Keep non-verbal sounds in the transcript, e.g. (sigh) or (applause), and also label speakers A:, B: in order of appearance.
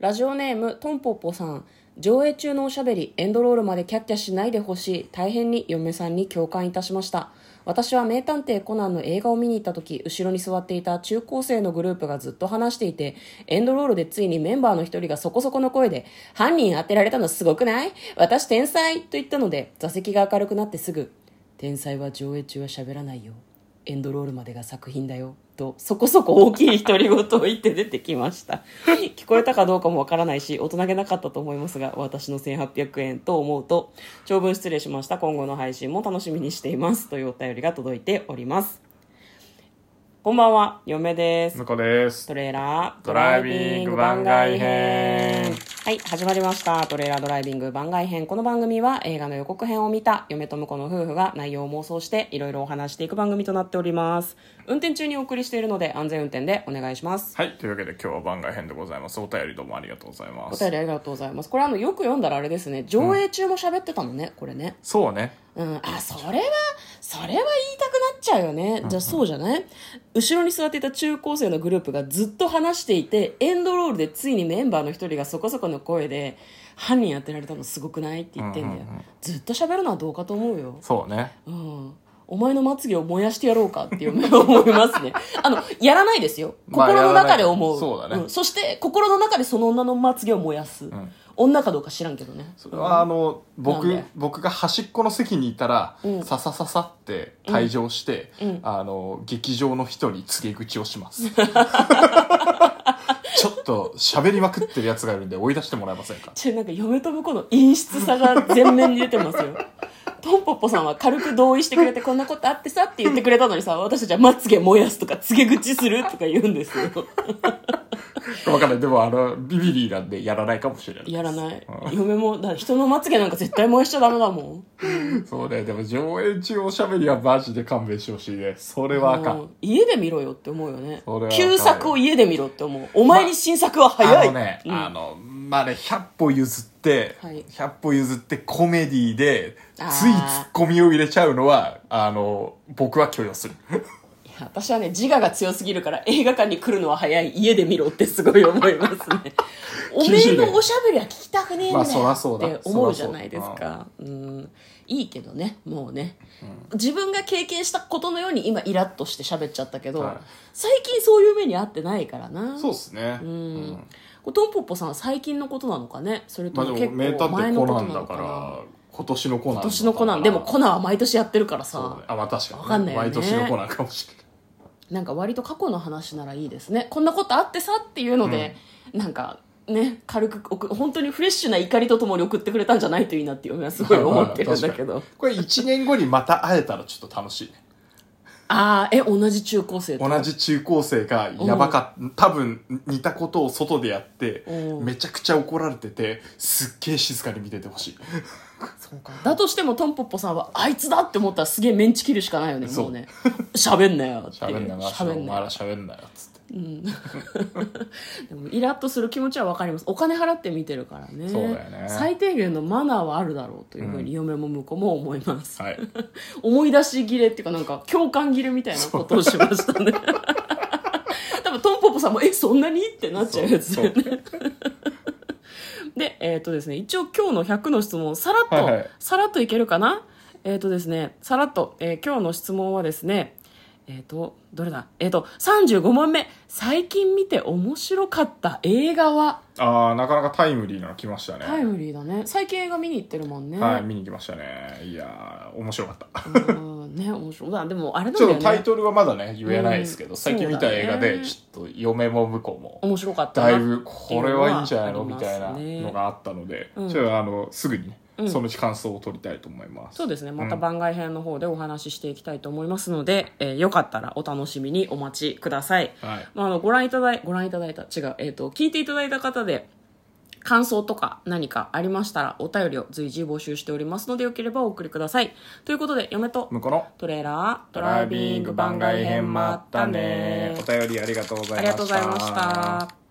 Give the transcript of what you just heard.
A: ラジオネームトンポッポさん上映中のおしゃべりエンドロールまでキャッキャしないでほしい大変に嫁さんに共感いたしました私は名探偵コナンの映画を見に行った時後ろに座っていた中高生のグループがずっと話していてエンドロールでついにメンバーの一人がそこそこの声で「犯人当てられたのすごくない私天才!」と言ったので座席が明るくなってすぐ「天才は上映中は喋らないよ」エンドロールまでが作品だよとそこそこ大きい独り言を言って出てきました聞こえたかどうかもわからないし大人げなかったと思いますが私の1800円と思うと長文失礼しました今後の配信も楽しみにしていますというお便りが届いておりますこんばんは嫁です
B: 向こうです
A: トレーラード
B: ドライビング番外編
A: はい始まりましたトレーラードライビング番外編この番組は映画の予告編を見た嫁と婿の夫婦が内容を妄想していろいろお話していく番組となっております運転中にお送りしているので安全運転でお願いします
B: はいというわけで今日は番外編でございますお便りどうもありがとうございま
A: お
B: す
A: 便りありがとうございますこれあのよく読んだらあれですね上映中も喋ってたのね、これね
B: そうね
A: うん、あ、それは、それは言いたくなっちゃうよね。じゃあそうじゃない後ろに座っていた中高生のグループがずっと話していて、エンドロールでついにメンバーの一人がそこそこの声で、犯人当てられたのすごくないって言ってんだよ。
B: うんうんうん
A: ずっと喋るのはどうかと思うよ。
B: そうね
A: うん。お前のまつげを燃やしてやろうかっていう思いますね。 (laughs) あの、やらないですよ。
B: まあ
A: 心の中で
B: やらない
A: 思う。
B: そうだね
A: んそして、心の中でその女のまつげを燃やす。
B: ん
A: 女かどうか知らんけどね。
B: それはあの
A: なん
B: 僕
A: で
B: 僕が端っこの席にいたら、
A: うん
B: ささささって退場して、
A: うん
B: あの劇場の人に告げ口をします
A: (laughs)
B: ちょっと喋りまくってるやつがいるんで追い出してもらえませんか
A: ちょなんか嫁と婿の陰湿さが全面に出てますよ
B: (laughs)
A: トンポッポさんは軽く同意してくれてこんなことあってさって言ってくれたのにさ私たちはまつげ燃やすとか告げ口するとか言うんです
B: (laughs)
A: よ
B: 分かんないでもあのビビリなんでやらないかもしれない
A: やらない嫁もだから人のまつげなんか絶対燃やしちゃダメだもん
B: そうねでも上映中おしゃべりはマジで勘弁してほしいねそれはあかん
A: うん家で見ろよって思うよね
B: それは
A: 旧作を家で見ろって思うお前に新作は早い、
B: あのね、
A: うん
B: あの、まあね、100歩譲って、
A: はい
B: 100歩譲ってコメディで、つい
A: あー
B: ツッコミを入れちゃうのは、あの、僕は許容する。
A: いや私はね自我が強すぎるから映画館に来るのは早い家で見ろってすごい思います (laughs) ねおめ
B: 厳し
A: え
B: いね
A: のおしゃべりは聞きたくねえんだよ
B: まあそらそうだ
A: って思うじゃないですかうんいいけどねもうね、自分が経験したことのように今イラッとして喋っちゃったけど、
B: はい
A: 最近そういう目に遭ってないからな
B: そうですね。
A: う
B: うん
A: ん、これトンポッポさんは最近のことなのかねそれと
B: まあ
A: も
B: で
A: 結
B: も、名
A: 構
B: 探
A: 前
B: 偵
A: のこ
B: コ
A: と
B: ナ
A: な
B: ンだ
A: のか
B: か
A: な
B: ら、今年のコナン
A: 今
B: だから。
A: 年のコナンでもコナンは毎年やってるからさ、
B: そうねあ、まあ確かに、
A: わかんないよね
B: 毎年のコナンかもしれない。
A: なんか割と過去の話ならいいですねこんなことあってさっていうので、なんかね軽く送本当にフレッシュな怒りとともに送ってくれたんじゃないといいなっていうのはすごい思ってるんだけ
B: まあまあ
A: ど
B: (laughs) 確かにこれ1年後にまた会えたらちょっと楽しいね。
A: ああえ同じ中高生と
B: 同じ中高生がやばかった、多分似たことを外でやって、
A: うん
B: めちゃくちゃ怒られてて、すっげえ静かに見ててほしい。
A: そうかだとしてもトンポッポさんはあいつだって思ったらすげえメンチ切るしかないよね
B: そう
A: もうね喋んなよっていう
B: 喋んなよ、
A: 喋
B: お
A: んな
B: 前
A: よ
B: ら喋んなよ、つって。
A: でもイラッとする気持ちは分かりますお金払って見てるからね
B: そうだよね
A: 最低限のマナーはあるだろうというふうに嫁も向こうも思います、
B: はい。
A: 思い出し切れっていうかなんか共感切れみたいなことをしました
B: (laughs)
A: ね多分トンポポさんも「え (laughs) そんなに?」ってなっちゃうやつだよ (laughs) ねでえっ、とですね一応今日の100の質問さらっと、
B: はいはい
A: さらっといけるかなえっ、とですねさらっと、えー今日の質問はですねえっ、とどれだえっ、と35問目最近見て面白かった映画は
B: ああ、なかなかタイムリーなの来ましたね。
A: タイムリーだね最近映画見に行ってるもんね、
B: はい、見に来ましたね。いやー、面白かった。
A: うんね面白いだでもあれなんだ
B: ち
A: よ
B: ょ
A: ね
B: っとタイトルはまだね、言えないですけど、
A: うん
B: 最近見た映画
A: そう
B: で、
A: だね
B: ちょっと嫁も婿も、
A: 面白かったな
B: だいぶ、これはいいんじゃないの
A: ってう
B: み
A: は
B: たいな
A: ありますね
B: のがあったので、
A: うん
B: ちょっとあの、すぐにね、
A: うん
B: そのうち感想を取りたいと思います。
A: そうですねまた
B: うん
A: 番外編の方でお話ししていきたいと思いますので、えーよかったらお楽しみにお待ちください、
B: はい。
A: まあ、あのご覧いただいご覧いただいた違う、えー、と聞いていただいた方で感想とか何かありましたらお便りを随時募集しておりますのでよければお送りくださいということで嫁と
B: 向こうの、
A: トレーラード
B: ドライビング番外編まったね。お便りありがとうございました。
A: ありがとうございました